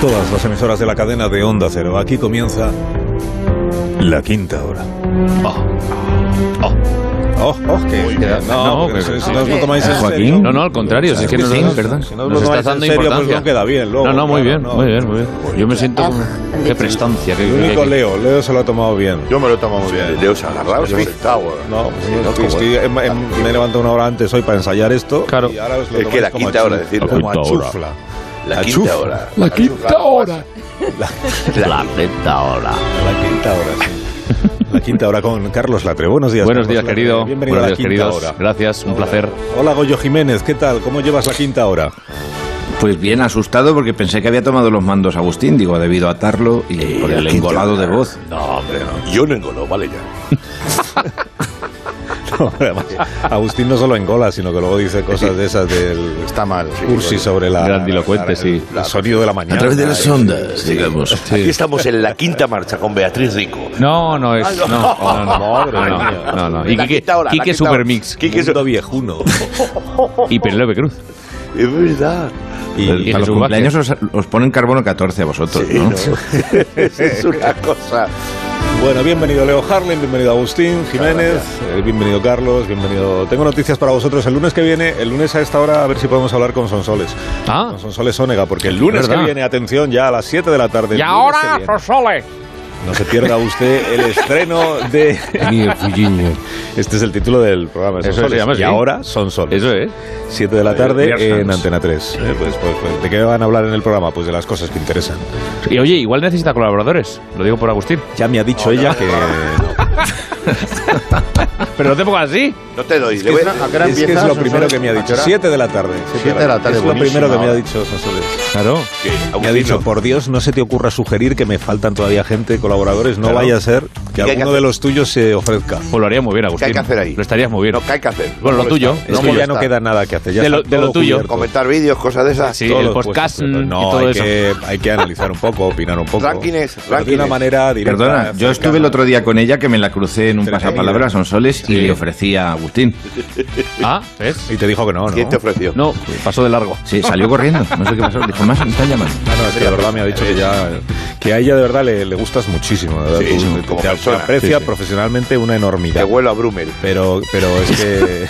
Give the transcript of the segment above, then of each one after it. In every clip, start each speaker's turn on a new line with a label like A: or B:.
A: todas las emisoras de la cadena de Onda Cero. Aquí comienza la quinta hora. Oh, oh, que,
B: Muy
A: que-
B: bien.
A: no,
B: No,
A: porque
B: pero- ¿Eh,
A: si, si no os lo tomáis en
B: Joaquín.
A: serio.
B: No, no, al contrario, si es que no lo-
A: sí.
B: perdón.
A: Si no os lo
B: Nos
A: tomáis
B: estás
A: en
B: dando
A: serio, pues
B: importancia.
A: no queda bien. Luego,
B: no, no, muy
A: claro,
B: bien,
A: no.
B: muy bien, muy bien. Yo me siento como... Qué prestancia. qué-
A: El
B: qué-
A: único
B: qué-
A: Leo, Leo se lo ha tomado bien.
C: Yo me lo tomo muy bien. Leo se ha agarrado, se ha sentado.
A: No, pues
C: Sí,
A: no,
C: no,
A: estoy-
C: como-
A: estoy- em- em- me he levantado una hora antes hoy para ensayar esto.
B: Claro.
A: Y ahora os lo
C: Es que
A: tomáis
C: la
A: como
C: quinta
A: a
C: hora,
A: chufla,
C: decirlo.
A: Como a
D: Quinta hora.
A: chufla.
C: La
A: A
C: quinta
A: chufla.
C: hora.
E: La quinta hora.
B: La neta, hola.
A: La quinta hora, sí. La quinta hora con Carlos Latre. Buenos días.
B: Buenos
A: Carlos
B: días,
A: Latre.
B: querido.
A: pues, Bienvenido
B: Buenos
A: a la
B: días,
A: quinta
B: queridos.
A: hora.
B: Gracias, un placer.
A: Hola, Goyo Jiménez. ¿Qué tal? ¿Cómo llevas la quinta hora?
D: Pues bien asustado porque pensé que había tomado los mandos Agustín, digo, ha debido atarlo y
C: Eh,
D: por el engolado de voz.
C: No, hombre, no. Yo no engolo, vale ya.
A: No, además, Agustín no solo engola, sino que luego dice cosas de esas del
C: Está mal. sí,
A: cursi
C: bueno.
A: sobre la...
B: Grandilocuente,
A: la-
B: sí.
A: El sonido de la mañana.
E: A través de las
A: Y-
E: ondas, digamos.
C: Aquí estamos en la quinta marcha con Beatriz Rico.
B: No, no es. No, no, no.
A: Madre
B: no,
A: mía.
B: no, no. Y
C: La
B: Quique,
C: quinta hora, la
B: Quique
C: quinta hora.
B: Supermix
C: Quique
A: Mundo
C: Su-
A: viejuno.
B: y Penélope Cruz.
C: Es verdad.
B: Y
D: a los
B: Jesús Vázquez.
D: cumpleaños os, os ponen carbono 14 a vosotros,
C: Sí,
D: ¿no?
C: ¿no? es una cosa.
A: Bueno, bienvenido Leo Harlem, bienvenido Agustín Jiménez, eh, bienvenido Carlos, bienvenido... Tengo noticias para vosotros el lunes que viene, el lunes a esta hora a ver si podemos hablar con Sonsoles.
B: Ah.
A: Con Sonsoles Ónega, porque el lunes que
B: ¿Verdad?
A: viene, atención, ya a las 7 de la tarde. el
B: Y
A: lunes que
B: ahora,
A: viene,
B: Sosole.
A: No se pierda usted el estreno de... Este es el título del programa. de
B: Eso se
A: Sonsoles.
B: llama
A: Y
B: así.
A: ahora Sonsoles.
B: Eso es.
A: 7 de la tarde
B: Dear
A: en
B: Hans.
A: Antena 3. Eh, pues, pues, pues, ¿De qué van a hablar en el programa? Pues de las cosas que interesan.
B: Y oye, igual necesita colaboradores. Lo digo por Agustín.
A: Ya me ha dicho ella que...
B: Pero no te pongas así.
C: No te doy. le voy-
A: Es que es lo primero que me ha dicho. 7 de la tarde.
C: Siete de la tarde,
A: Es lo primero que
C: buenísima
A: me ha
C: hora.
A: dicho Sonsoles.
B: Claro.
C: que-
A: Me ha
C: Agustino,
A: dicho, por Dios, no se te ocurra sugerir que me faltan todavía gente, colaboradores. No
C: Claro.
A: vaya a ser que
C: hay que
A: alguno
C: hacer?
A: de los tuyos se ofrezca.
B: Pues lo haría muy bien, Agustín.
C: ¿Qué hay que hacer ahí?
B: Lo estarías muy bien.
C: No, ¿qué hay que hacer?
B: Bueno, lo
C: No
B: tuyo.
C: molestar,
A: Es
B: No
A: que ya
C: molestar.
A: no queda nada que hacer. ya
B: De lo-
A: está
B: de lo
A: todo
B: tuyo.
A: cubierto.
C: Comentar vídeos, cosas de esas.
B: Sí,
A: Todo
B: el
A: lo puesto,
B: podcast,
A: pero
B: mm,
A: No,
B: y todo
A: hay,
B: eso.
A: Que, hay que analizar un poco, opinar un poco.
C: Rankings,
A: Pero De
C: rankings.
A: una manera directa.
D: Perdona, yo
A: cercana.
D: estuve el otro día con ella que me la crucé en un
A: Cerca.
D: pasapalabra a Sonsoles
B: Sí.
D: y le ofrecí a Agustín.
B: Ah, ¿ves?
A: Y te dijo que no, ¿no?
C: ¿Quién te ofreció?
B: No, pasó de largo.
D: Sí, salió corriendo, no sé qué pasó, dijo, más me están llamando.
A: Ah, no, es que de verdad me ha dicho que ya. Que a ella de verdad le, le gustas muchísimo. de verdad,
C: Sí,
A: tú-
C: sí,
A: te-
C: como
A: te
C: persona.
A: aprecia
C: Sí, sí.
A: profesionalmente una
C: Te
A: enormidad.
C: huelo a Brumel.
A: Pero, pero es que.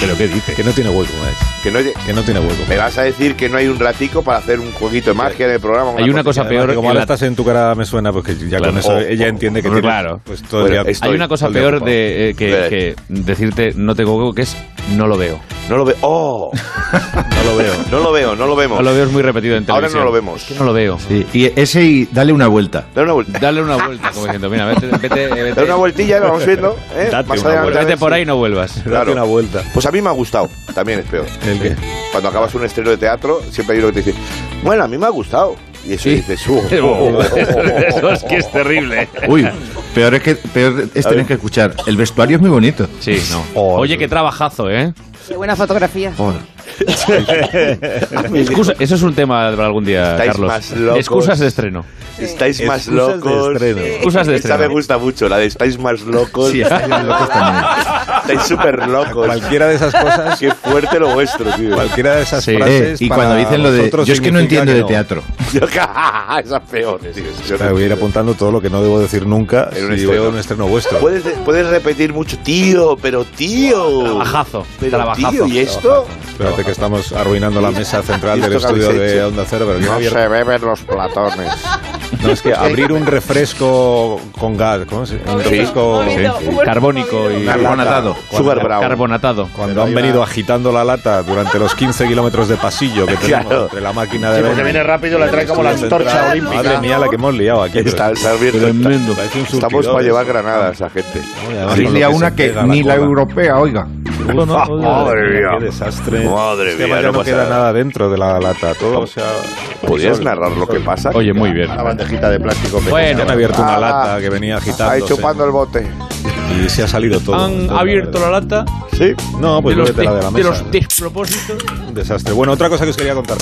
A: pero qué dice. Que no tiene hueco, macho.
C: Que no, lle-
A: Que no tiene hueco.
C: me vas a decir que no hay un ratico para hacer un jueguito de magia en el programa.
B: Hay una cosa
A: Además,
B: peor
A: que como
B: que
A: ahora
B: la-
A: estás en tu cara me suena, porque ya
B: Claro.
A: con eso
C: O-
A: ella entiende que
B: o-
A: tienes,
B: claro.
A: pues, todo
C: Bueno,
A: el día-
C: esto-
B: Hay
C: Estoy
B: una cosa
A: todo el día
B: peor
A: ocupado.
B: de, eh, que,
C: Ve.
B: que decirte no tengo hueco, que es no lo veo.
C: No lo veo. ¡Oh!
A: No lo veo.
C: No lo veo, no lo vemos.
B: No lo veo es muy repetido en
C: Ahora
B: televisión.
C: no lo vemos.
B: Que no lo veo.
D: Sí, y ese y dale una vuelta.
C: Da una vuelta.
B: Dale una vuelta, como diciendo, mira, vete, vete, vete,
C: Da una vueltilla y vamos viendo. ¿eh?
A: Date
C: Más
A: una vuelta.
C: adelante, a ver
B: vete por
C: si-
B: ahí y no vuelvas.
A: Date
C: Claro.
A: una vuelta.
C: Pues a mí me ha gustado. También es peor.
A: ¿El qué?
C: Cuando acabas un estreno de teatro, siempre hay uno que te dice, bueno, a mí me ha gustado. Y eso
B: Sí.
C: dices, "Oh, oh, oh, oh, oh, oh".
B: Eso es que es terrible. ¿eh?
D: Uy, peor es que peor es tener que escuchar. El vestuario es muy bonito.
B: Sí, no.
C: Oh,
B: Oye, qué trabajazo, ¿eh?
F: Qué buena fotografía.
B: Excusa- eso es un tema para algún día,
C: Estáis
B: Carlos.
C: más locos.
B: Excusas de estreno.
C: Estáis más
A: Excusas de
C: locos.
A: estreno. Sí.
B: Excusas de
C: Esta me
B: estreno.
C: gusta mucho, la de estáis más locos.
D: Sí, está bien, locos también.
C: estáis súper locos.
A: Cualquiera de esas cosas.
C: Qué fuerte lo vuestro, tío.
A: Cualquiera de esas
B: Sí.
A: frases.
D: Eh, y
A: para
D: cuando dicen lo de
A: vosotros
D: yo es que no
A: significa
D: entiendo de
A: no.
D: teatro.
C: Esa es peor. tío.
A: Claro, voy a ir apuntando todo lo que no debo decir nunca
C: En un
A: si
C: estreno.
A: veo un estreno vuestro.
C: Puedes, puedes repetir mucho, tío, pero tío.
B: Trabajazo,
C: Uh, Pero,
B: trabajazo.
C: tío, ¿y esto?
A: Espérate que estamos arruinando la mesa central
C: ¿Y
A: del
C: esto qué
A: estudio
C: habéis
A: de
C: hecho?
A: Onda Cero, pero yo abierto-
C: beben los platones.
A: No, es que abrir un refresco con gas, ¿cómo se Un
F: Sí.
A: refresco
F: Momento,
A: Sí.
F: momento,
B: Carbónico y
F: momento.
D: Carbonatado.
C: Sugar
B: Car-
C: Brown.
B: Carbonatado.
A: Cuando han venido agitando la lata durante los 15 kilómetros de pasillo que tenemos
C: Claro.
A: entre la máquina de...
G: porque viene rápido, la trae como la antorcha olímpica.
A: Madre mía, la que hemos liado aquí.
C: Está, está abierto.
B: Tremendo.
A: Parece un
C: Estamos
A: surtidor.
C: para llevar granadas a gente.
A: Oye, además, con lo
D: Dile a
A: se
D: una que
A: pega
D: ni la
A: cola.
D: europea, oiga.
A: No, no, no,
C: Ah, Madre mía.
A: Qué desastre.
C: Madre
A: Es que
C: mía,
A: además ya
C: no
A: no
C: pasa
A: queda
C: nada.
A: nada dentro de la lata. Todo, o sea...
C: ¿Podrías narrar lo que pasa?
B: Oye, muy bien.
G: La bandejita de plástico.
B: Bueno,
A: Han abierto una
C: Ah,
A: lata que venía agitando.
C: Ahí chupando el bote.
A: Y se ha salido todo.
B: han
A: Todo,
B: abierto la lata
C: Sí.
A: No, pues
B: de, los
A: vete la de la
B: de- de
A: mesa.
B: los despropósitos.
A: Un desastre. Bueno, otra cosa que os quería contar.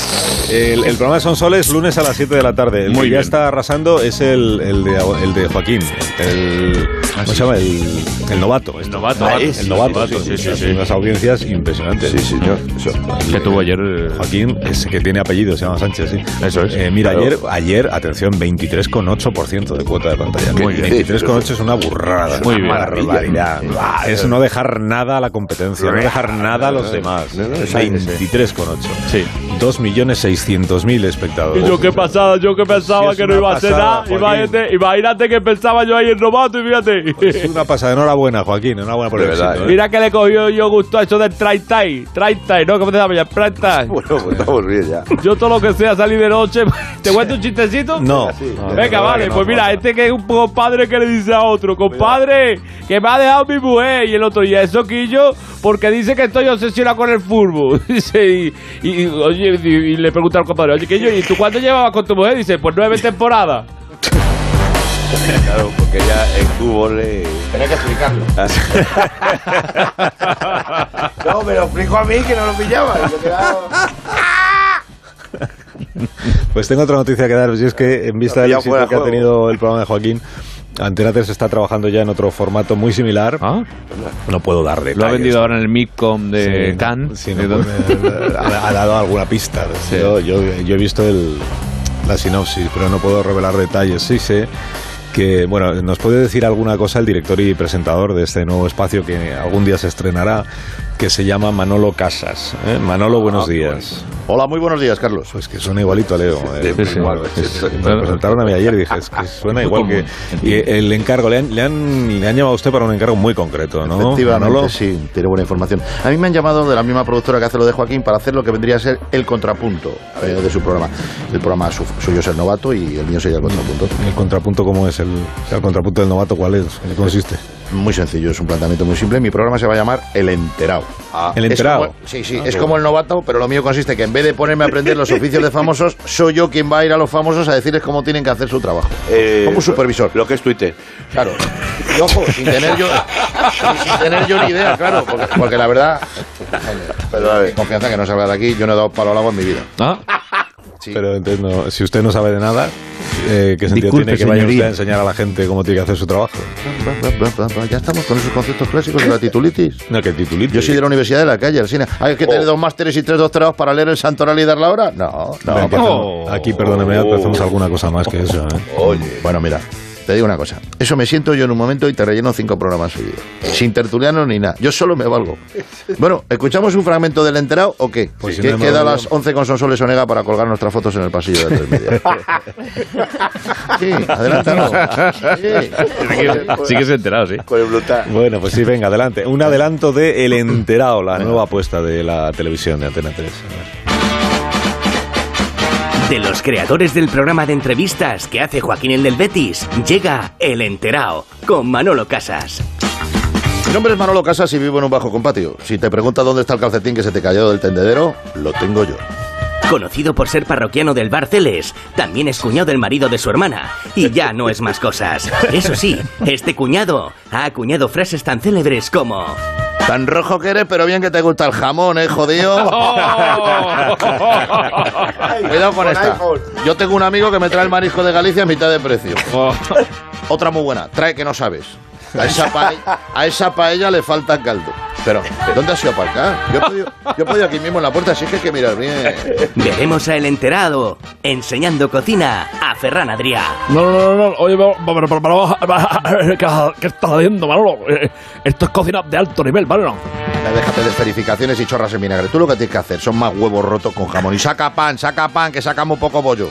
A: El, el programa de Sonsoles, lunes a las 7 de la tarde. El
B: Muy
A: que ya
B: bien.
A: está arrasando es el, el de, el de Joaquín. El, ¿Cómo se llama? El, el novato. El
H: Ah, novato.
A: Ah,
H: Ah,
A: es,
H: sí,
A: el novato.
H: sí, sí, sí, sí.
A: Unas audiencias impresionantes.
C: Sí, señor. Eso.
H: Que tuvo ayer. eh,
A: Joaquín, es que tiene apellido, se llama Sánchez, sí.
H: Eso es.
A: Eh, mira,
C: Claro.
A: ayer, ayer, atención, 23,8% de cuota de pantalla.
C: Muy bien.
A: 23,8 es una burrada. es
H: Muy
A: una
H: bien.
A: barbaridad. Bah, Es no dejar nada a la competencia, no dejar nada a los demás.
C: No, no, es
A: 23,8.
H: Sí.
A: 2.600.000 espectadores.
B: Yo que pasaba, yo que pensaba
A: Sí, es
B: que no
A: una
B: iba a hacer
A: pasada,
B: nada. Imagínate, imagínate que pensaba yo ahí en novato y
A: Es
B: fíjate.
A: una pasada. Enhorabuena, Joaquín. Enhorabuena por
C: De
A: el
C: verdad,
A: éxito,
C: ¿eh?
A: ¿eh?
B: Mira que le cogió yo gusto a eso del try tie, try tie, ¿no? ¿Cómo te llamas ya? Try tie.
C: Bueno, pues estamos bien ya.
B: Yo todo lo que sea salir de noche. ¿Te cuento un chistecito?
A: No.
B: No, Venga, vale,
A: no,
B: pues
A: no,
B: mira,
A: no.
B: este que es un compadre que le dice a otro, compadre, que me ha dejado mi mujer y el otro, y eso quillo, porque dice que estoy obsesionado con el fútbol. Dice, y, y- y- oye, y, y le pregunta al compadre, oye, quillo, ¿y tú cuánto llevabas con tu mujer? Dice, pues nueve temporadas.
C: Claro, porque ya el fútbol le.
I: Tenía que explicarlo.
H: Ah,
C: No, me lo explico a mí que no lo pillaba.
A: Pues tengo otra noticia que daros y es que en vista del
C: Ya
A: éxito
C: fuera
A: que ha
C: juego.
A: tenido el programa de Joaquín, Antena 3 está trabajando ya en otro formato muy similar.
H: ¿Ah?
A: No puedo dar detalles.
H: Lo ha vendido ahora en el MidCom de
A: Sí,
H: Cannes.
A: sí,
H: de
A: no
H: donde-
A: puede- ha, ha dado alguna pista. Yo, yo- yo he visto el- la sinopsis, pero no puedo revelar detalles. Sí sé que, bueno, nos puede decir alguna cosa el director y presentador de este nuevo espacio que algún día se estrenará, que se llama Manolo Casas. ¿eh? Manolo,
H: Ah,
A: buenos días.
I: Hola, muy buenos días, Carlos.
A: Pues que suena igualito a Leo. eh,
H: Sí, sí.
A: igual, es que
H: Sí, sí.
A: Me presentaron a mí ayer y dije, es que suena igual que... y el encargo, le han, le, han, le han llamado a usted para un encargo muy concreto, ¿no?
I: Efectivamente,
A: Manolo?
I: sí, tiene buena información. A mí me han llamado de la misma productora que hace lo de Joaquín para hacer lo que vendría a ser el contrapunto eh, de su programa. El programa su- suyo es el novato y el mío sería el contrapunto.
A: ¿El contrapunto cómo es? ¿El, el contrapunto del novato cuál es? ¿En qué consiste?
I: Muy sencillo, es un planteamiento muy simple. Mi programa se va a llamar El Enterado.
A: El Ah,
I: Es
A: enterado.
I: como- sí, sí, es como el novato, pero lo mío consiste que en vez de ponerme a aprender los oficios de famosos, soy yo quien va a ir a los famosos a decirles cómo tienen que hacer su trabajo.
C: Eh,
I: como supervisor.
C: Lo que es Twitter.
I: Claro. Y ojo, sin tener yo, sin tener yo ni idea, claro, porque, porque la verdad,
C: Pero, a ver,
I: confianza que no salga de aquí, yo no he dado palo al agua en mi vida.
H: ¿Ah?
I: Sí.
A: Pero entonces, no- si usted no sabe de nada, eh, ¿qué sentido
D: Disculpe,
A: tiene que vaya usted
D: señoría.
A: a enseñar a la gente cómo tiene que hacer su trabajo?
I: Bla, bla, bla, bla, bla. Ya estamos con esos conceptos clásicos de la titulitis.
A: No, que titulito.
I: Yo soy de la Universidad de la Calle, Alsina. ¿Hay que tener dos másteres y tres doctorados para leer el santoral y dar la hora? No, no.
A: Venga,
I: por favor.
A: hacemos- Aquí, perdóname, hacemos alguna cosa más que eso. ¿eh?
I: Bueno, mira, te digo una cosa. Eso me siento yo en un momento y te relleno cinco programas seguidos. Sin tertulianos ni nada. Yo solo me valgo. Bueno, ¿escuchamos un fragmento del enterado o qué?
A: Pues si
I: que
A: no me
I: queda a
A: valgo.
I: las 11 con Sonsoles Onega para colgar nuestras fotos en el pasillo de tres medias. Sí, adelántanos. Sí.
H: Sí que se ha enterado, sí.
C: con el brutal.
A: Bueno, pues sí, venga, adelante. Un adelanto de El Enterado, la nueva apuesta de la televisión de Antena 3.
J: De los creadores del programa de entrevistas que hace Joaquín el del Betis, llega El Enterao con Manolo Casas.
I: Mi nombre es Manolo Casas y vivo en un bajo compatio. Si te preguntas dónde está el calcetín que se te cayó del tendedero, lo tengo yo.
J: Conocido por ser parroquiano del bar Celes, también es cuñado del marido de su hermana. Y ya no es más cosas. Eso sí, este cuñado ha acuñado frases tan célebres como...
I: Tan rojo que eres, pero bien que te gusta el jamón, ¿eh, jodido? Cuidado con esta. Yo tengo un amigo que me trae el marisco de Galicia a mitad de precio.
B: ¡Oh!
I: Otra muy buena, trae que no sabes. A esa, paella, a esa paella le falta caldo. Pero, ¿dónde has ido a aparcar? Yo he podido, yo he podido aquí mismo en la puerta, así que hay que mirar bien.
J: Veremos a El Enterado enseñando cocina a Ferran Adrià.
B: No, no, no, no. Oye, pero, pero, pero, pero- ¿qué, qué estás haciendo, Manolo? Eh, Esto es cocina de alto nivel, Manolo.
I: Ya Déjate de esferificaciones y chorras en vinagre. Tú lo que tienes que hacer son más huevos rotos con jamón. Y saca pan, saca pan, que sacamos poco bollo.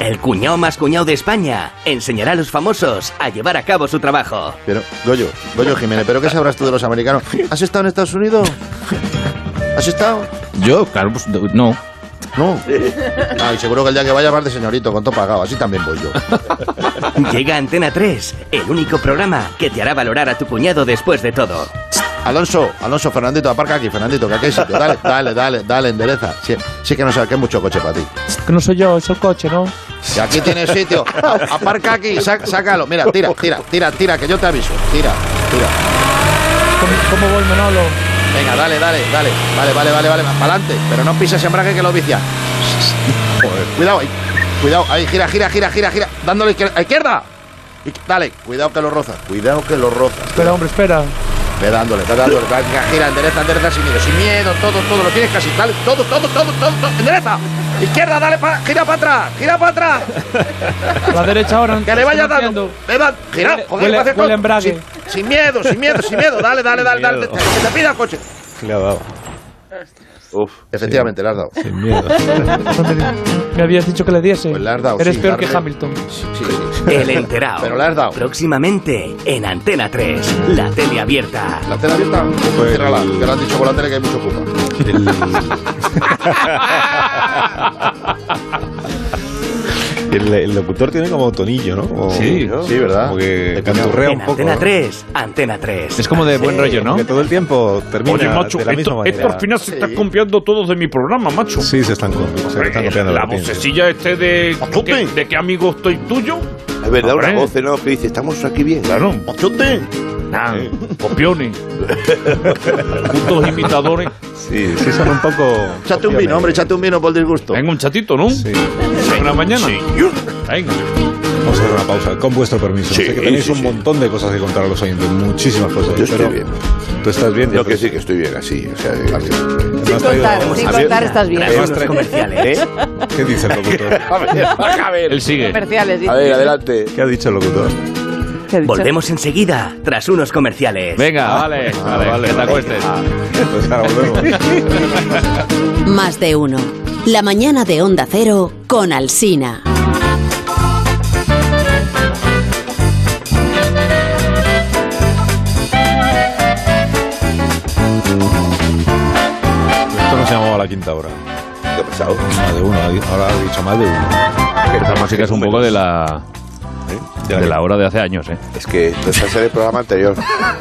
J: El cuñado más cuñado de España enseñará a los famosos a llevar a cabo su trabajo.
I: Pero, Goyo, Goyo Jiménez, ¿pero qué sabrás tú de los americanos? ¿Has estado en Estados Unidos? ¿Has estado?
D: Yo, claro, pues, no.
I: No. Ay, Ah, seguro que el día que vaya vas de señorito, con todo pagado. Así también voy yo.
J: Llega Antena 3, el único programa que te hará valorar a tu cuñado después de todo.
I: Alonso, Alonso, Fernandito, aparca aquí, Fernandito, que aquí hay sitio. Dale, dale, dale, dale, endereza. Sí, sí que no sabes que es mucho coche para ti.
H: Que no soy yo, es el coche, ¿no?
I: Que aquí tienes sitio. A- Aparca aquí, sa- sácalo. Mira, tira, tira, tira, tira, que yo te aviso. Tira, tira.
H: ¿Cómo voy, Manolo?
I: Venga, dale, dale, dale. Vale, vale, vale, vale. Para adelante. Pero no pises embrague que lo vicia. Cuidado ahí. Cuidado, ahí, gira, gira, gira, gira, gira. Dándole izquierda. ¡A izquierda! Y dale, cuidado que lo rozas, cuidado que lo rozas.
H: Espera, hombre, espera.
I: Ve dándole, ve dándole, va, venga, gira, endereza, endereza sin miedo, sin miedo, todo, todo, lo tienes casi, dale, todo, todo, todo, todo, todo, endereza, izquierda, dale, pa- gira para atrás, gira para atrás,
H: La derecha ahora.
I: que le vaya
H: estoy
I: dando,
H: haciendo.
I: le va, gira,
H: Huele-
I: joder,
H: huele-
I: va a hacer
H: huele
I: todo.
H: embrague.
I: Sin, sin miedo, sin miedo, sin miedo, dale, dale, dale, dale, que te pida el coche.
A: Le ha dado.
C: Uf.
I: Efectivamente, le has dado.
A: Sin miedo.
H: Me habías dicho que le diese.
I: Pues le has dado,
H: Eres
I: sí,
H: peor
I: darle.
H: que Hamilton.
I: Sí, sí, sí.
J: El enterado.
I: Pero le has dado.
J: Próximamente en Antena 3, la tele abierta.
I: La tela abierta,
A: Pues-
I: ciérrala, que lo has dicho con la tele que hay mucho culpa.
A: El- El, el locutor tiene como tonillo, ¿no? Como-
H: Sí,
A: ¿no?
I: sí, ¿verdad?
A: Como que
I: De
A: canturrea
J: En
A: un poco.
J: Antena
A: ¿no?
J: 3, Antena 3.
H: Es como de buen rollo, ¿no?
A: Que todo el tiempo termina
B: Oye, macho,
A: de la misma
B: esto,
A: manera.
B: esto al final se está
I: Sí.
B: copiando todo de mi programa, macho.
A: Sí, se están, co- se están copiando
B: la
A: rutina, sí.
B: vocecilla este de, que- de qué amigo estoy tuyo.
C: Es verdad,
B: Hombre.
C: una voz, ¿no? Que dice, estamos aquí bien.
B: Claro. Nah, copiones. Putos Pues imitadores.
A: Sí, sí, son un poco.
I: Échate un vino, hombre, échate un vino por el disgusto.
B: Venga, un chatito, ¿no?
A: Sí,
B: Una mañana. Venga.
A: vamos a hacer una pausa, con vuestro permiso.
C: Sí,
A: sé que tenéis
C: sí,
A: un
C: sí.
A: montón de cosas que contar a los oyentes, muchísimas cosas.
C: Yo estoy
A: pero
C: bien.
A: Tú estás bien,
C: No, que sí, que estoy bien así. O sea, eh,
A: No
K: Sin
A: has traído-
K: contar, sin contar estás bien.
J: Tras
A: Además,
J: unos
A: trae-
C: ¿eh?
J: comerciales.
A: ¿Qué dice el locutor?
C: A ver, a ver.
B: Él sigue.
K: Comerciales,
C: A
K: dice.
C: ver, adelante.
A: ¿Qué ha dicho el locutor?
K: ¿Qué ha dicho?
J: Volvemos enseguida, tras unos comerciales.
B: Venga, vale,
A: Ah,
B: vale, que te acuestes.
A: Pues ahora volvemos.
F: Más de uno. La mañana de Onda Cero con Alsina.
A: Esto no se llamaba la quinta hora.
C: ¿Qué ha pasado?
A: Más de uno, ahora he dicho más de uno.
B: Esta música es un poco de la, de la hora de hace años, ¿eh?
C: Es que esta es el programa anterior.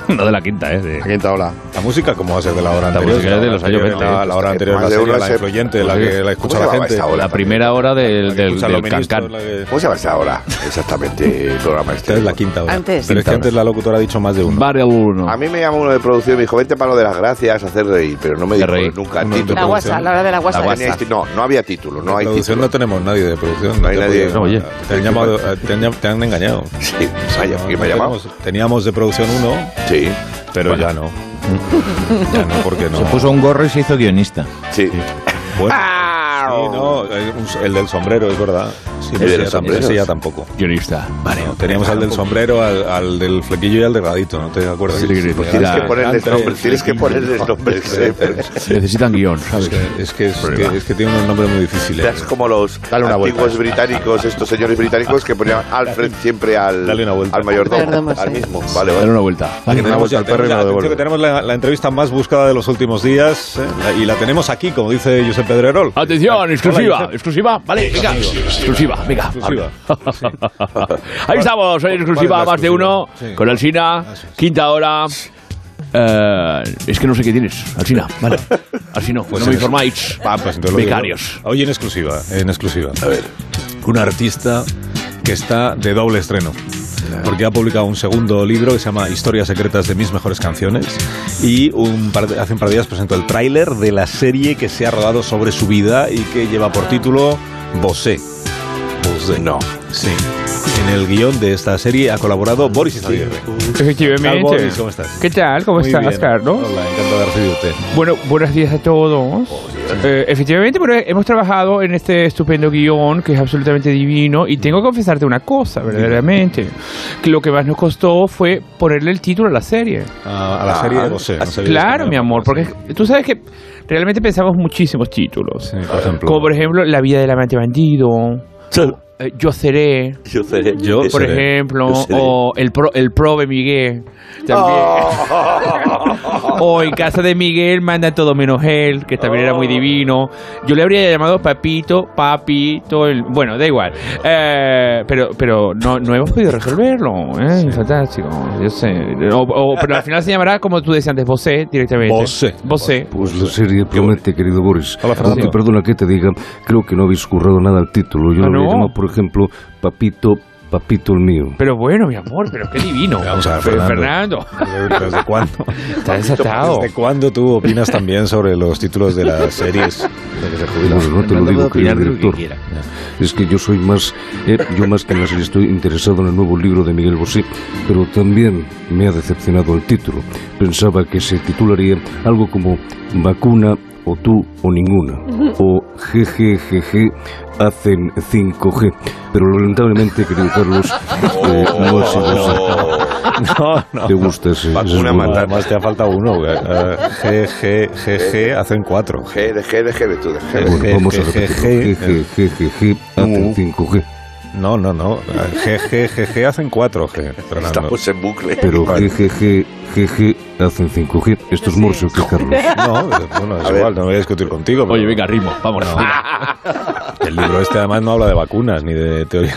B: No de la quinta, ¿eh? De-
I: quinta ola.
A: La música, ¿cómo va a ser de la hora
B: La
A: anterior?
B: música es de los años
A: anterior
B: 20,
A: era La, hora anterior, la,
C: Eh, Más de
A: serie,
C: uno
A: la
C: se-
A: influyente, la que la
C: ¿Cómo
A: escucha la
C: se llamaba
A: gente.
C: esa hora?
B: la primera hora del, del,
A: Escuchan los
B: del
A: ministros,
B: cancán.
A: la que-
C: ¿Cómo se llama esta ahora? Exactamente el programa
A: Esta
C: este.
A: es la quinta hora.
K: Antes.
A: Pero es
K: Quinta
A: que antes la locutora ha dicho más de uno.
B: Vale, uno.
C: A mí me llamó uno de producción y me dijo, vente para lo de las gracias, hacer reír, pero no me dijo
B: reír.
C: nunca
A: Uno
C: título.
A: de
K: La guasa, la hora de la guasa.
C: No tenía este- No, no había título, no
A: de
C: hay
A: producción
C: título.
A: no tenemos nadie de producción.
C: No hay
A: te
C: nadie.
A: puedes-
C: No,
B: oye.
A: Te han, llamado, eh, te han, llam- te han engañado.
C: Sí, vaya,
A: No,
C: ¿quién me
A: no
C: ha llamado?
A: tenemos- teníamos de producción uno,
C: Sí,
A: pero ya no. ya no, porque no.
D: Se puso Pues un gorro y se hizo guionista.
C: sí.
A: Bueno,
C: Ah,
A: sí, no, eh, un- el del sombrero, es verdad. Sí,
C: El
A: ese
C: del
A: ya tam-
C: sombrero.
A: ese ya tampoco.
B: Guionista. Vale.
A: No, teníamos al del sombrero, al, al del flequillo y al delgadito, ¿no te acuerdas?
B: Sí, sí, pues
C: Tienes
B: Ya,
C: que ponerles
A: antes,
C: nombres, tienes que
A: sí,
C: ponerles
A: no,
C: nombres. ¿eh?
A: es que-
C: siempre.
B: Necesitan guión, ¿sabes?
A: Es que, es, que, es, que, es que tiene unos nombres muy ¿eh? difíciles.
C: Es como los
I: Dale una vuelta.
C: antiguos británicos, estos señores británicos que ponían Alfred siempre al,
A: Dale una vuelta.
C: al mayordomo,
K: Perdón,
C: al
K: sí.
C: mismo. Vale,
B: Dale
C: vale.
B: una vuelta.
A: Que tenemos,
I: vuelta al perro y me lo
A: atención,
I: devuelve.
A: que tenemos la, la entrevista más buscada de los últimos días ¿eh? La- y la tenemos aquí, como dice Josep Pedrerol.
B: Atención, exclusiva,
A: Josep.
B: exclusiva, vale, venga, exclusiva, venga,
A: Exclusiva.
B: habla. Ahí estamos, en
A: ¿Cuál
B: exclusiva,
A: es la
B: más de
A: exclusiva?
B: uno,
A: Sí.
B: con Alsina, quinta hora. Eh, es que no sé qué tienes, Alsina, vale. Alsina, no me
A: en-
B: informáis.
A: Pues Ah, pues entonces lo digo.
B: Becarios.
A: Hoy en exclusiva, en exclusiva. A ver. Un artista que está de doble estreno. Porque ha publicado un segundo libro que se llama Historias secretas de mis mejores canciones y un par de- hace un par de días presentó el tráiler de la serie que se ha rodado sobre su vida y que lleva por título Bosé. Bosé. No. Sí. En el guión de esta serie ha colaborado Boris Izaguirre. Tal,
L: Efectivamente.
A: Boris, ¿cómo estás?
L: ¿Qué tal? ¿Cómo
A: Muy
L: estás,
A: bien.
L: Carlos?
A: Hola, encantado de recibirte.
L: Bueno, buenos días a todos. Eh, efectivamente, pero hemos trabajado en este estupendo guión que es absolutamente divino y tengo que confesarte una cosa, verdaderamente. Que lo que más nos costó fue ponerle el título a la serie.
A: A, a la serie de Bosé. no sabía
L: Ah, claro,
A: que
L: mi
A: era-
L: amor, porque tú sabes que realmente pensamos muchísimos títulos.
A: Sí, por ejemplo.
L: Como por ejemplo, La vida del amante bandido. eh, Yo seré.
C: Yo seré.
A: Yo
L: por
A: seré. Ah,
L: ejemplo,
C: Yo seré.
L: o el pro, el prove Miguel también. o en casa de Miguel manda todo menos él, que también era muy divino. Yo le habría llamado papito, papito, el- bueno, da igual. Eh, pero pero no, no hemos podido resolverlo, ¿eh? fantástico. Yo sé. O- o- pero al final se llamará como tú decías antes, Bosé directamente.
A: Bosé.
L: Bosé.
M: Pues la serie promete, querido Boris.
A: Hola, Fernando.
M: Aunque, perdona que te diga, creo que no habéis currado nada al título. Yo
L: Ah,
M: lo
L: ¿no?
M: habría llamado, por ejemplo, Papito Papito el mío.
L: Pero bueno, mi amor, pero qué divino.
A: Vamos a ver,
L: Fe-
A: Fernando.
L: Fernando.
A: ¿Desde cuándo?
L: Está desatado.
A: ¿Desde cuándo tú opinas también sobre los títulos de las series de que se jubilan?
M: Bueno, no te lo digo, querido director. Es que yo soy más, eh, yo más que más estoy interesado en el nuevo libro de Miguel Bosé, pero también me ha decepcionado el título. Pensaba que se titularía algo como Vacuna o tú o ninguna, o GGGG hacen 5G, pero lamentablemente, querido Carlos, eh,
C: Oh,
M: no ha sido así.
A: No, no.
M: Te gusta ese- ese
A: Vacuna
M: eslogan.
A: matar. Además, te ha faltado uno. eh, eh, G, G, G, G, hacen cuatro.
C: G, de G, de G, de tú, de G.
M: Bueno, vamos a repetirlo.
A: G,
M: G, G, G, hacen 5G.
A: No, no, no. G, G, G, G, hacen cuatro. G, Fernando.
C: Estamos en bucle.
M: Pero
A: Vale.
M: GGG, GG hacen 5G. Esto es morse, que Carlos.
A: No, bueno, es igual, no voy a discutir contigo. Oye, venga, ritmo, vamos. El libro este además no habla de vacunas ni de teoría.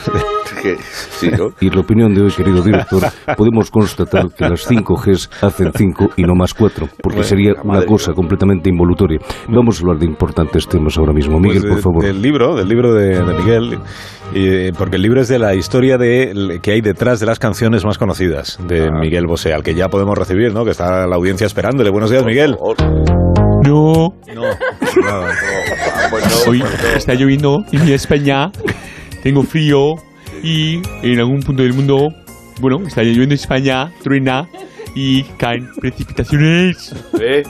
M: Y la opinión de hoy, querido director, podemos constatar que las 5Gs hacen 5 y no más 4, porque
A: Bueno,
M: sería
A: la
M: una
A: madre.
M: cosa completamente involutoria. Vamos a hablar de importantes temas ahora mismo.
A: Pues
M: Miguel,
A: de-
M: por favor.
A: Del libro, del libro de, de Miguel, y, eh, porque el libro es de la historia de l- que hay detrás de las canciones más conocidas de Miguel Bosé, al que ya podemos recibir, ¿no? Que está la audiencia esperándole. Buenos días, Miguel.
L: No.
A: No. No, no.
L: Hoy está lloviendo y en España. Tengo frío y en algún punto del mundo, bueno, está lloviendo en España, truena y caen precipitaciones.
A: ¿Eh?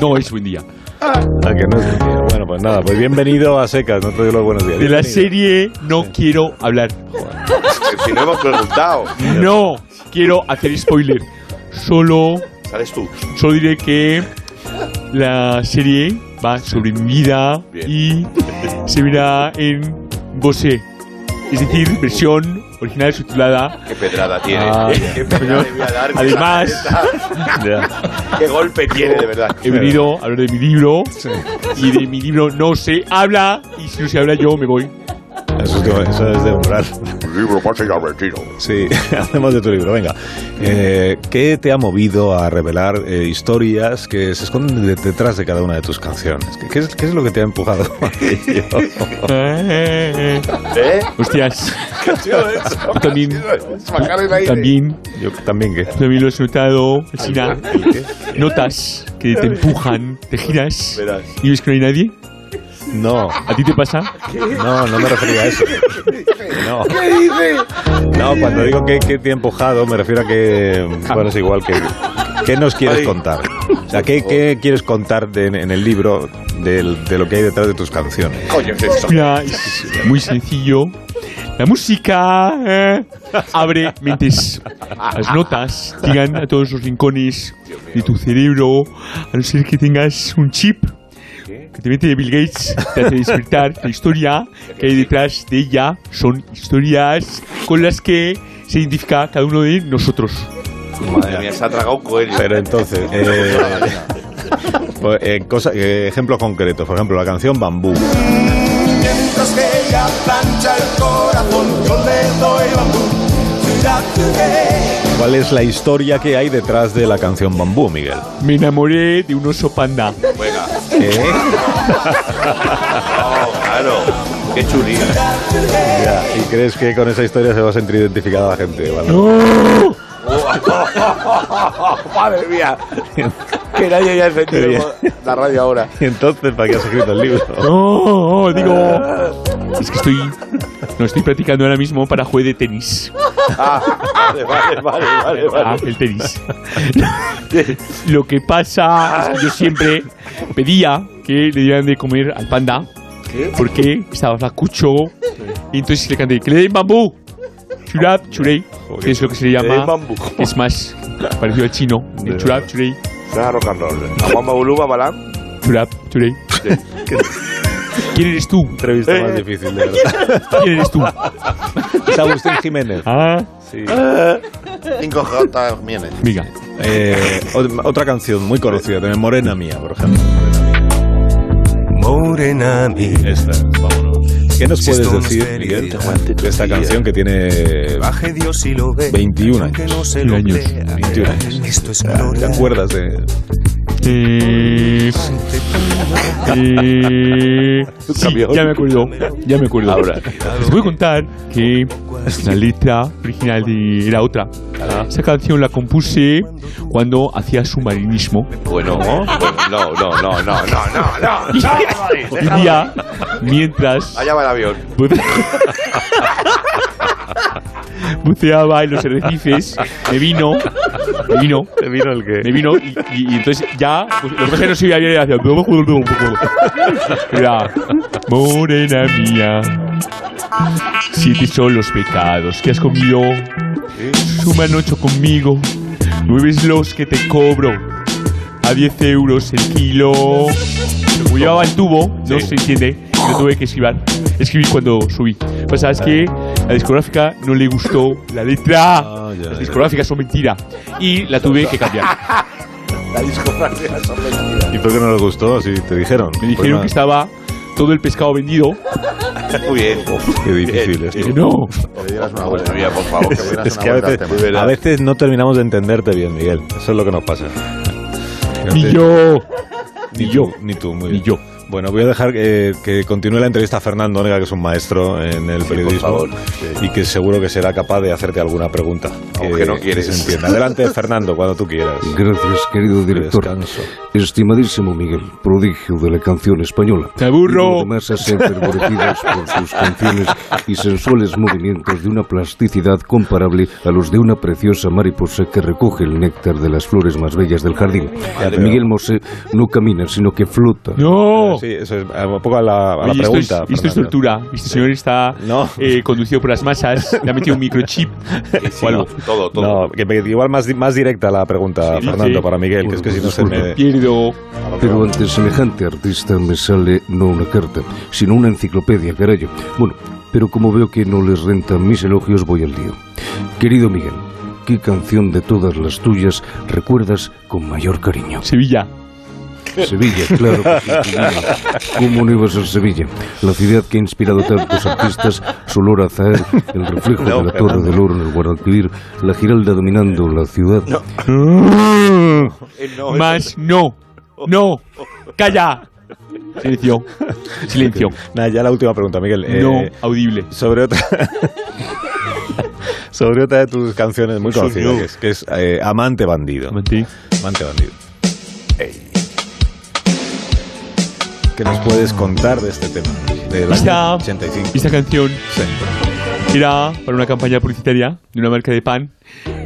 L: No es buen día.
A: Ah, que no es- Bueno, pues nada, pues bienvenido a Secas, no te doy los buenos días.
L: De la
A: Bienvenido.
L: serie no quiero hablar.
C: Si no hemos preguntado.
L: No quiero hacer spoiler. Solo.
C: Sales tú.
L: Solo diré que la serie va sobre mi vida y se verá en Bosé. Es decir, versión original subtitulada.
C: Qué pedrada tiene.
L: Ah,
C: Qué pedrada le voy a dar.
L: Además,
C: Qué golpe tiene, de verdad.
L: he venido a hablar de mi libro y de mi libro no se habla y si no se habla yo me voy.
A: Eso es, de- eso es de umbral.
C: libro pasa y retiro.
A: Sí, hacemos de tu libro, venga. Eh, ¿Qué te ha movido a revelar eh, historias que se esconden de- detrás de cada una de tus canciones? ¿Qué, qué es, qué es lo que te ha empujado? a ello?
L: ¿Eh? Hostias.
C: ¿Qué ha sido eso?
L: Yo también.
C: ¿Qué ha sido eso? Bajar el aire.
L: También.
A: Yo también que.
L: También lo he soltado. Al final, notas que te empujan, te giras
A: Verás.
L: y ves que no hay nadie.
A: No.
L: ¿A ti te pasa?
A: No, no me refería a eso. No.
E: ¿Qué dice?
A: No, cuando digo que, que te ha empujado, me refiero a que. Bueno, es igual que. ¿Qué nos quieres contar? O sea, ¿qué, qué quieres contar de- en el libro del- de lo que hay detrás de tus canciones?
C: Coño, es eso.
L: Mira, es muy sencillo. La música eh, abre mentes. Las notas llegan a todos los rincones de tu cerebro, a no ser que tengas un chip que te mete de Bill Gates, te hace despertar la historia que hay detrás de ella. Son historias con las que se identifica cada uno de nosotros.
C: Madre mía, se ha tragado un coelho.
A: Pero entonces, eh, pues, eh, cosa- eh, ejemplos concretos. Por ejemplo, la canción Bambú.
E: Mientras que ella plancha el corazón, yo le doy bambú. Ciudad, ciudad.
A: ¿Cuál es la historia que hay detrás de la canción Bambú, Miguel?
L: Me enamoré de un oso panda.
C: Venga.
A: ¿Eh?
C: No, claro. Qué chulín.
A: Ya, ¿Y crees que con esa historia se va a sentir identificada la gente? Bueno,
C: Madre mía. Que nadie haya encendido la radio ahora.
A: ¿Y entonces para qué has escrito el libro?
L: No, digo. Es que estoy. No estoy practicando ahora mismo para juego de tenis.
C: Ah, vale, vale, vale, vale.
L: Ah,
C: vale.
L: el tenis. Lo que pasa es que yo siempre pedía que le dieran de comer al panda. Porque estaba flacucho. Y entonces le canté que le den bambú. Churab churei. Que es lo que se le
C: Que le den
L: llama.
C: bambú.
L: Es más parecido al chino. El churab churei.
C: Nada, rock and roll. A Juan Baulú, Babalán.
L: Churab churei. ¿Quién eres tú?
A: Entrevista
E: Eh.
A: más difícil, de verdad.
L: ¿Quién eres tú?
A: Es Agustín Jiménez.
L: Ah,
A: Sí.
I: 5J Jiménez.
L: mira.
A: Eh, ot- otra canción muy conocida también, Morena Mía, por ejemplo.
E: Morena mía.
A: Esta, vámonos. ¿Qué nos
E: Si
A: puedes
E: esto no es
A: decir, Miguel,
E: felicidad.
A: de esta canción que tiene
E: Baje Dios y lo ve.
A: 21
E: Que
A: años?
E: no se lo
L: años.
E: crea.
A: 21 años.
E: Esto es
A: ¿Te
E: gloria.
A: acuerdas de...?
B: Y... y- sí, ya me acuerdo, ya me acuerdo.
N: Ahora.
B: Les voy a contar que la letra original de la otra. Esa canción la compuse cuando hacía submarinismo.
N: Bueno, no, no, no, no, no, no, no.
B: Un día, mientras
C: Allá va el avión.
B: buce- buceaba en los arrecifes, me vino, me vino, me vino el que, me vino y, y- y entonces ya, pues, lo que pasa es que no se oía bien y hacía "Dum, dum, dum, dum, dum". Era, morena mía, siete son los pecados que has comido, suman ocho conmigo, nueve es los que te cobro, a 10 euros el kilo. Como llevaba el tubo, no se entiende, y lo tuve que esquivar. Escribí cuando subí. Pues sabes que la discográfica no le gustó la letra. Las discográficas son mentira. Y la tuve que cambiar.
C: La discografía son mentiras.
A: ¿Y por qué no les gustó? Si te dijeron. Pues
B: Me dijeron que estaba todo el pescado vendido.
C: Muy bien.
A: Qué difícil esto.
B: No.
I: Que dieras una vuelta, mira, por favor, que me dieras
A: Es
I: una
A: que a
I: vuelta al
A: veces,
I: tema.
A: a veces no terminamos de entenderte bien, Miguel. Eso es lo que nos pasa.
B: Ni yo.
A: Ni yo. Ni tú, muy bien. yo. Bueno, voy a dejar eh, que continúe la entrevista a Fernando Onega, que es un maestro en el periodismo.
C: favor.
A: Y que seguro que será capaz de hacerte alguna pregunta.
C: Aunque no quieres.
A: que se entienda. Adelante, Fernando, cuando tú quieras.
L: Gracias, querido director. Estimadísimo Miguel, prodigio de la canción española.
B: ¡Te aburro!
L: Y además a ser favorecidos por sus canciones y sensuales movimientos de una plasticidad comparable a los de una preciosa mariposa que recoge el néctar de las flores más bellas del jardín.
A: Ya, pero-
L: Miguel Mosé no camina, sino que flota.
B: ¡No!
A: Eh, Sí, eso es a- un poco a la, a la
B: Oh. Oye,
A: pregunta.
B: Esto es, esto es
A: Fernando.
B: tortura. Este señor está eh, conducido por las masas. Le ha metido un microchip o algo.
A: todo, todo. No, que me- igual más, di- más directa la pregunta,
B: Sí,
A: Fernando,
B: sí.
A: para Miguel, que es que si no se
L: Disculpe.
A: me.
L: Pero ante semejante artista me sale no una carta, sino una enciclopedia, carayo. Bueno, pero como veo que no les rentan mis elogios, voy al lío. Querido Miguel, ¿qué canción de todas las tuyas recuerdas con mayor cariño?
B: Sevilla.
L: Sevilla, claro. que sí, Sevilla. ¿Cómo no ibas a ser Sevilla? La ciudad que ha inspirado tantos artistas, su olor a azahar, el reflejo
O: No,
L: de
O: Fernando.
L: la Torre del Oro en el Guadalquivir, la Giralda dominando la ciudad.
B: Más no. No. Calla. Silencio. Silencio.
A: Nada, ya la última pregunta, Miguel. Eh,
B: No, audible.
A: Sobre otra. sobre otra de tus canciones muy conocidas, que es, que es, eh, Amante Bandido.
B: Amante.
A: Bandido. Ey. ¿Qué nos puedes contar de este tema? Del
B: Esta-
A: año 85.
B: Esta canción era para una campaña publicitaria de una marca de pan,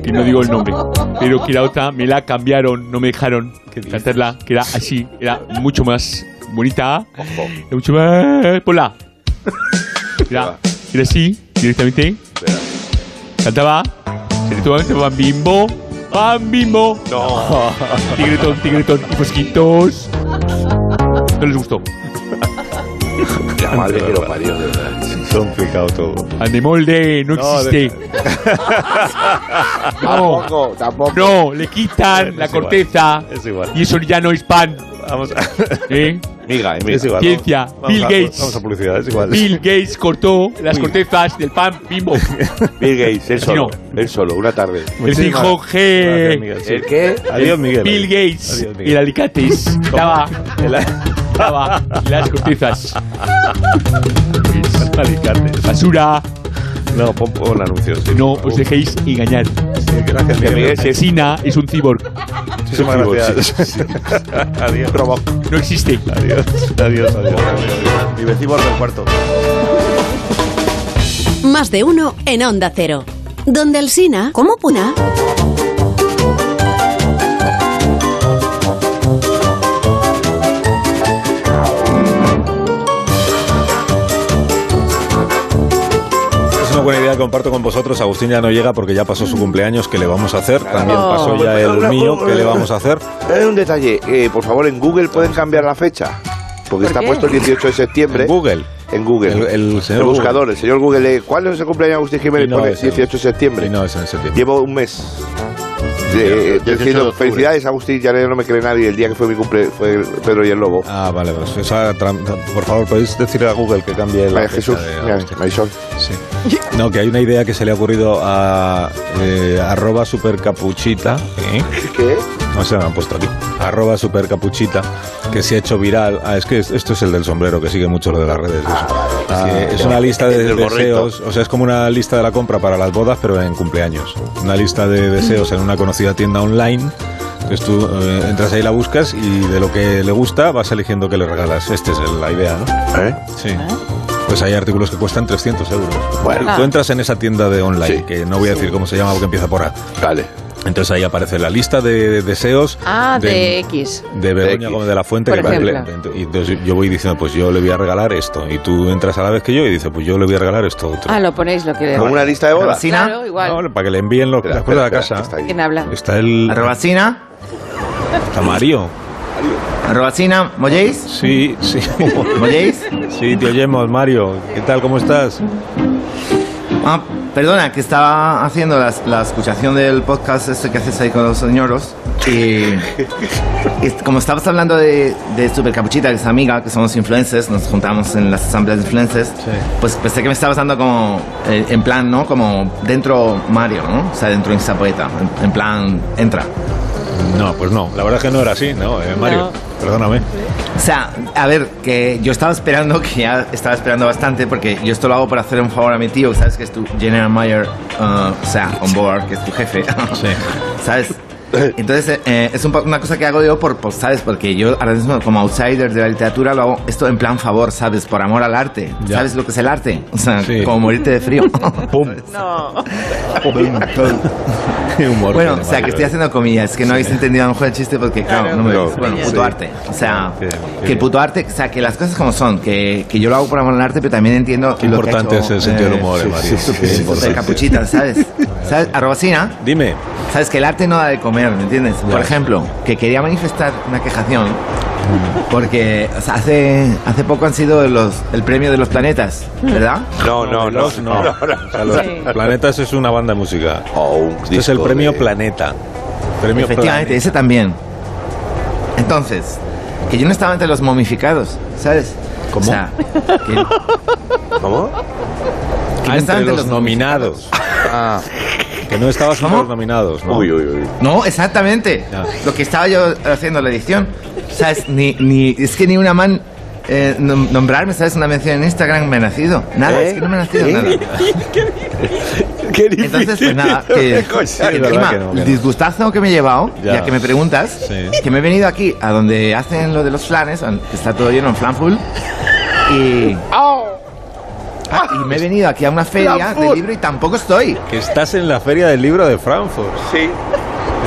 B: que no digo el nombre, pero que la otra me la cambiaron, no me dejaron cantarla, que era así, era mucho más bonita, era mucho más... Ponla. Era, era así, directamente. Cantaba, se le tomaba Pan Bimbo, Pan Bimbo. No. Tigretón, tigretón y fosquitos. No les gustó.
C: La madre que lo parió, de verdad.
A: Complicado todo.
B: Andemolde no
C: No,
B: existe. No.
C: Tampoco, tampoco.
B: No, le quitan la
A: igual,
B: corteza.
A: es igual.
B: Y eso ya no es pan.
A: Vamos a.
B: ¿Eh?
A: Miga, miga. Es igual.
B: Ciencia.
A: Vamos
B: Bill
A: a-
B: Gates.
A: Vamos a publicidad, es igual.
B: Bill Gates cortó las cortezas del pan bimbo.
C: Bill Gates, él solo. Él solo, una tarde.
B: El dijo G.
C: ¿El qué?
A: Adiós, Miguel.
B: Bill Gates.
A: Adiós, Miguel.
B: y el alicates. Estaba. Estaba. y Las cortezas.
A: Alicates.
B: Basura.
A: No, pon, pon anuncios. sí.
B: No pues os dejéis engañar.
A: Gracias, Miguel.
B: Sina es un cyborg.
A: Muchísimas
B: Sí,
A: gracias. Adiós.
B: No existe.
A: Adiós. Adiós, adiós.
C: Mi vecino del cuarto.
F: Más de uno en Onda Cero. Donde Alsina, como Puna.
A: Es una buena idea que comparto con vosotros. Agustín ya no llega porque ya pasó su cumpleaños, que le vamos a hacer. También
C: Oh.
A: pasó ya el mío, que le vamos a hacer.
C: Eh, un detalle, eh, por favor, en Google pueden cambiar la fecha. Porque está
P: qué?
C: puesto el 18 de septiembre.
A: En Google.
C: En Google.
A: El- el señor Google.
C: buscador, el señor Google. eh, ¿Cuándo se cumpleaños Agustín Jiménez?
A: Y no
C: Pone
A: es en-
C: 18 de septiembre.
A: Y no es en septiembre.
C: Llevo un mes. De, eh,
I: 18 de
C: diciendo,
I: octubre.
C: felicidades Agustín, ya no me cree nadie. El día que fue mi cumple fue Pedro y el Lobo.
A: Ah, vale, pues esa tram- por favor, podéis decirle a Google que cambie la
C: María
A: fecha
C: Jesús,
A: de-
C: mira, Marisol.
A: Sí. No, que hay una idea que se le ha ocurrido a eh, arroba supercapuchita.
C: ¿Qué?
A: no se me han puesto aquí, arroba supercapuchita, que se ha hecho viral. Ah, es que es- esto es el del sombrero, que sigue mucho lo de las redes. eso.
C: Ah,
A: Que es una lista de
C: El gorrito.
A: deseos, o sea, es como una lista de la compra para las bodas, pero en cumpleaños. Una lista de deseos en una conocida tienda online. Entonces tú eh, entras ahí, la buscas y de lo que le gusta vas eligiendo qué le regalas. Esta es el- la idea, ¿no?
C: ¿Eh?
A: Sí. Pues hay artículos que cuestan 300 euros.
C: Bueno.
A: Tú entras en esa tienda de online,
C: Sí.
A: que no voy a decir cómo se llama porque empieza por A.
C: Vale.
A: Entonces ahí aparece la lista de deseos
K: Ah, de,
A: de-
K: X.
A: de Begoña Gómez de la Fuente.
K: Por
A: que va en
K: ejemplo.
A: ple- y entonces yo voy diciendo, pues yo le voy a regalar esto. Y tú entras a la vez que yo y dices, pues yo le voy a regalar esto otro.
K: Ah, lo ponéis lo que...
A: ¿Con una lista de bodas?
K: Claro, igual.
A: Para que le envíen lo- las cosas a casa.
K: ¿Quién habla?
A: Está el...
D: ¿Arrobacina?
A: Está Mario.
D: ¿Arrobacina? ¿Molléis?
A: Sí, sí.
D: ¿Molléis?
A: Sí, te oyemos, Mario. ¿Qué tal? ¿Cómo estás?
D: Ah, perdona, que estaba haciendo las- la, escuchación del podcast este que haces ahí con los señoros. Y, y como estabas hablando de, de Super Capuchita, que es amiga, que somos influencers, nos juntamos en las asambleas de influencers, pues pensé que me estabas dando como, eh, en plan, ¿no? Como dentro Mario, ¿no? O sea, dentro Instapoeta, en, en plan, entra.
A: No, pues no. La verdad es que no era así, ¿no? eh, Mario,
D: No.
A: perdóname.
D: O sea, a ver, que yo estaba esperando, que ya estaba esperando bastante, porque yo esto lo hago para hacer un favor a mi tío, que sabes que es tu General Mayer, uh, o sea, on board, que es tu jefe. ¿Sabes? Entonces, eh, eh, es un po- una cosa que hago yo por, por, ¿sabes? Porque yo ahora mismo, como outsider de la literatura, lo hago esto en plan favor, ¿sabes? Por amor al arte.
A: Ya.
D: ¿Sabes lo que es el arte? O sea, como morirte de frío.
A: ¡Pum!
K: No.
D: bueno,
A: tiene
D: o sea,
A: Mario,
D: que estoy
A: eh.
D: haciendo comillas, que no habéis entendido a lo mejor el chiste porque, claro,
A: Claro.
D: no me
A: No,
D: veis. Bueno,
A: sí.
D: puto arte. O sea,
A: Bien,
D: que el puto arte, o sea, que las cosas como son, que, que yo lo hago por amor al arte, pero también entiendo.
A: Qué
D: lo que ha
A: importante
D: hecho,
A: es el sentido del humor, eh, Mario. Qué importante.
D: de capuchita, ¿sabes? ¿Sabes? Arrobacina.
A: Dime.
D: ¿Sabes? Que el arte no da de comer, ¿me entiendes? Por
A: Ya.
D: ejemplo, que quería manifestar una quejación. Porque o sea, hace, hace poco han sido los, el premio de los planetas, ¿verdad?
C: No, no, no.
A: Los no. O sea, los
D: Sí.
A: Planetas es una banda de música.
C: Oh,
A: Este es el
D: disco
A: premio
D: de-
A: Planeta. Premio
D: Efectivamente,
A: Planeta.
D: ese también. Entonces, que yo no estaba entre los momificados, ¿sabes? ¿Cómo? O sea, que-
C: ¿Cómo?
D: Que no
A: Ah, entre
D: estaban entre
A: los,
D: los
A: nominados. Que no estabas entre los nominados, ¿no?
C: Uy, uy, uy.
D: No, exactamente. Lo que estaba yo haciendo la edición. ¿Sabes? Ni, ni, es que ni una man eh, nom- nombrarme, ¿sabes? Una mención en Instagram me ha nacido. Nada, es que no me ha nacido
E: ¿Eh?
D: nada.
E: tío,
D: Entonces, pues nada, que, que
E: es verdad
D: encima,
E: que no, que
D: el
E: no.
D: disgustazo que me he llevado,
E: Ya.
D: ya, que me preguntas, que me he venido aquí a donde hacen lo de los flanes, an- que está todo lleno en flanful, y, ah, y me he venido aquí a una feria de
A: Flanful.
D: libro y tampoco estoy.
A: Que estás en la Feria del Libro de Frankfurt.
C: Sí.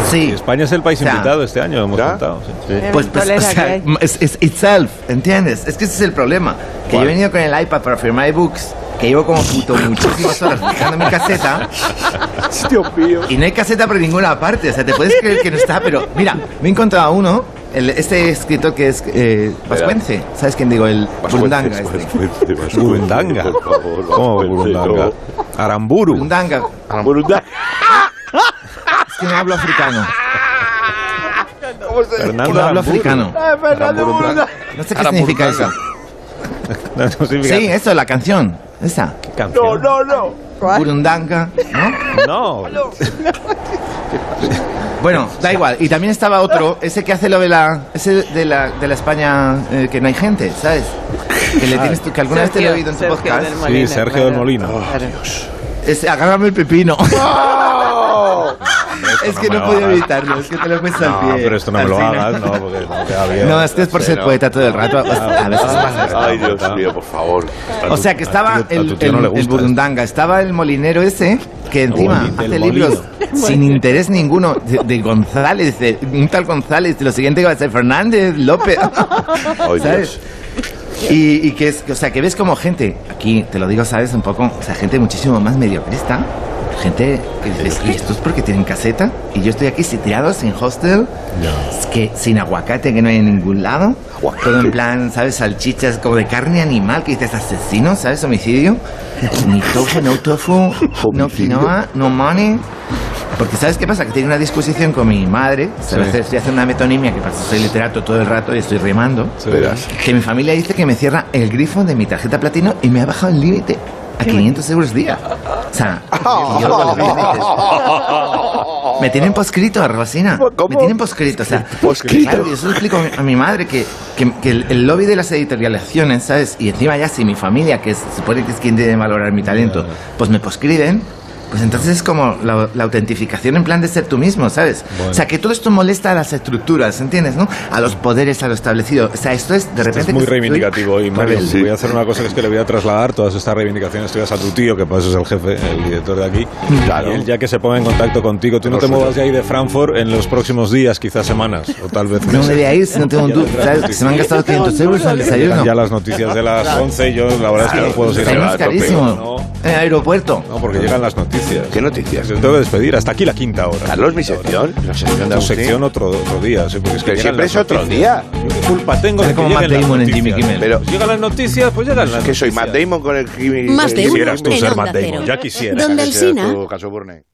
D: Sí.
A: España es el país
D: O sea,
A: invitado este año, hemos contado. sí.
D: Pues, pues, o sea, es, es itself, ¿entiendes? Es que ese es el problema. Que yo he venido con el iPad para firmar ebooks, que llevo como puto muchísimas horas buscando mi caseta. Y no hay caseta por ninguna parte, o sea, te puedes creer que no está, pero mira, me he encontrado uno, el- este escritor que es eh, vascuence, ¿sabes quién digo? El Burundanga. este.
A: Burundanga. ¿Cómo Burundanga? Ah. Aramburu.
D: Burundanga.
C: Burundanga.
D: Es que no hablo africano.
C: ¿Cómo se
D: Que no hablo africano.
E: Ah, Fernando Burundanga.
D: No sé qué significa eso. Sí, eso, la canción. Esa.
E: No, no, no.
D: Burundanga,
A: ¿no? No.
D: Bueno, da igual. Y también estaba otro, ese que hace lo de la, ese de la, de la España eh, que no hay gente, ¿sabes? Que le
A: Ah.
D: tienes tú- que alguna vez te lo he oído en tu
A: Sergio
D: podcast.
A: del Molino, Sí, Sergio del claro. Molino.
D: Es, agárrame el pepino. es que
A: ¡Oh! no me
D: no,
A: lo
D: podía
A: hagas.
D: evitarlo, es que te lo he puesto al
A: No,
D: pie.
A: pero esto no me lo
D: Alcina.
A: hagas, no, porque no queda bien.
D: No, es que es por ser poeta todo el rato. A veces pasa.
C: Ay, Dios mío, por favor.
D: O sea, que
C: A
D: estaba
C: tu- a
D: el,
C: tu tío no
D: el-
C: le
D: el
C: gusta
D: burundanga, estaba el molinero ese, que encima
C: Molin-
D: hace
C: el
D: libros
C: molino.
D: sin interés ninguno, de, de González, de un tal González, de lo siguiente que va a ser Fernández, López, ¿sabes? Y, y que es, o sea, que ves como gente, aquí te lo digo, ¿sabes? Un poco, o sea, gente muchísimo más mediocrista, gente que dices, ¿y esto es porque tienen caseta? Y yo estoy aquí tirado, sin hostel, es que sin aguacate que no hay en ningún lado. Todo en plan, ¿sabes? Salchichas como de carne animal que dices asesino, ¿sabes? Homicidio. Ni tofu, no tofu, no quinoa, no money. Porque ¿sabes qué pasa? Que tengo una discusión con mi madre. ¿sabes?
E: Sí.
D: Estoy haciendo una metonimia que pasa, soy literato todo el rato y estoy rimando.
E: Verás.
D: Que mi familia dice que me cierra el grifo de mi tarjeta platino y me ha bajado el límite a 500 euros día. O sea, yo lo que veo es- me tienen poscrito, Rosina. Me tienen poscrito. O sea,
C: Poscrito.
D: claro, yo se lo explico a mi, a mi madre que, que- que el, el lobby de las editorializaciones, ¿sabes? Y encima ya si mi familia, que es- se supone que es quien debe valorar mi talento, pues me poscriben. Pues entonces es como la, la autentificación en plan de ser tú mismo, ¿sabes? O sea, que todo esto molesta a las estructuras, ¿entiendes? ¿No? A los poderes, a lo establecido. O sea, esto es de repente...
A: Es
D: que
A: muy
D: estoy-
A: reivindicativo y Mario,
D: rebelde.
A: voy a hacer una cosa que es que le voy a trasladar todas estas reivindicaciones tuyas a tu tío, que pues es el jefe, el director de aquí. Claro. Y él ya que se ponga en contacto contigo, tú no te muevas de ahí de Frankfurt en los próximos días, quizás semanas, o tal vez meses.
D: No me voy a ir si no tengo un
A: Ya lo
D: duro,
A: traes
D: ¿sabes?
A: tú.
D: Se me han gastado 500 euros al desayuno.
A: Ya las noticias de las 11 y yo la verdad es que no puedo seguir
D: Desayuno es carísimo. En el aeropuerto.
A: No, porque llegan las noticias.
C: ¿Qué noticias?
A: Te tengo que despedir. Hasta aquí la quinta hora.
C: Carlos, mi sección. La sección
A: Tu sección otro, otro día. sí, porque es que llegan
C: Pero siempre
A: las
C: es otro
A: noticias.
C: día.
A: Yo ¿Qué culpa tengo de que lleguen las noticias? Pero llegan las noticias, pues llegan las
C: que soy Matt Damon con el Jimmy.
F: Más
A: Este
F: de uno
C: Quisieras tú
F: en
C: ser
F: Onda
C: Matt Damon,
F: Cero.
C: ya quisiera.
F: Donde el Sina-
C: Caso Burney.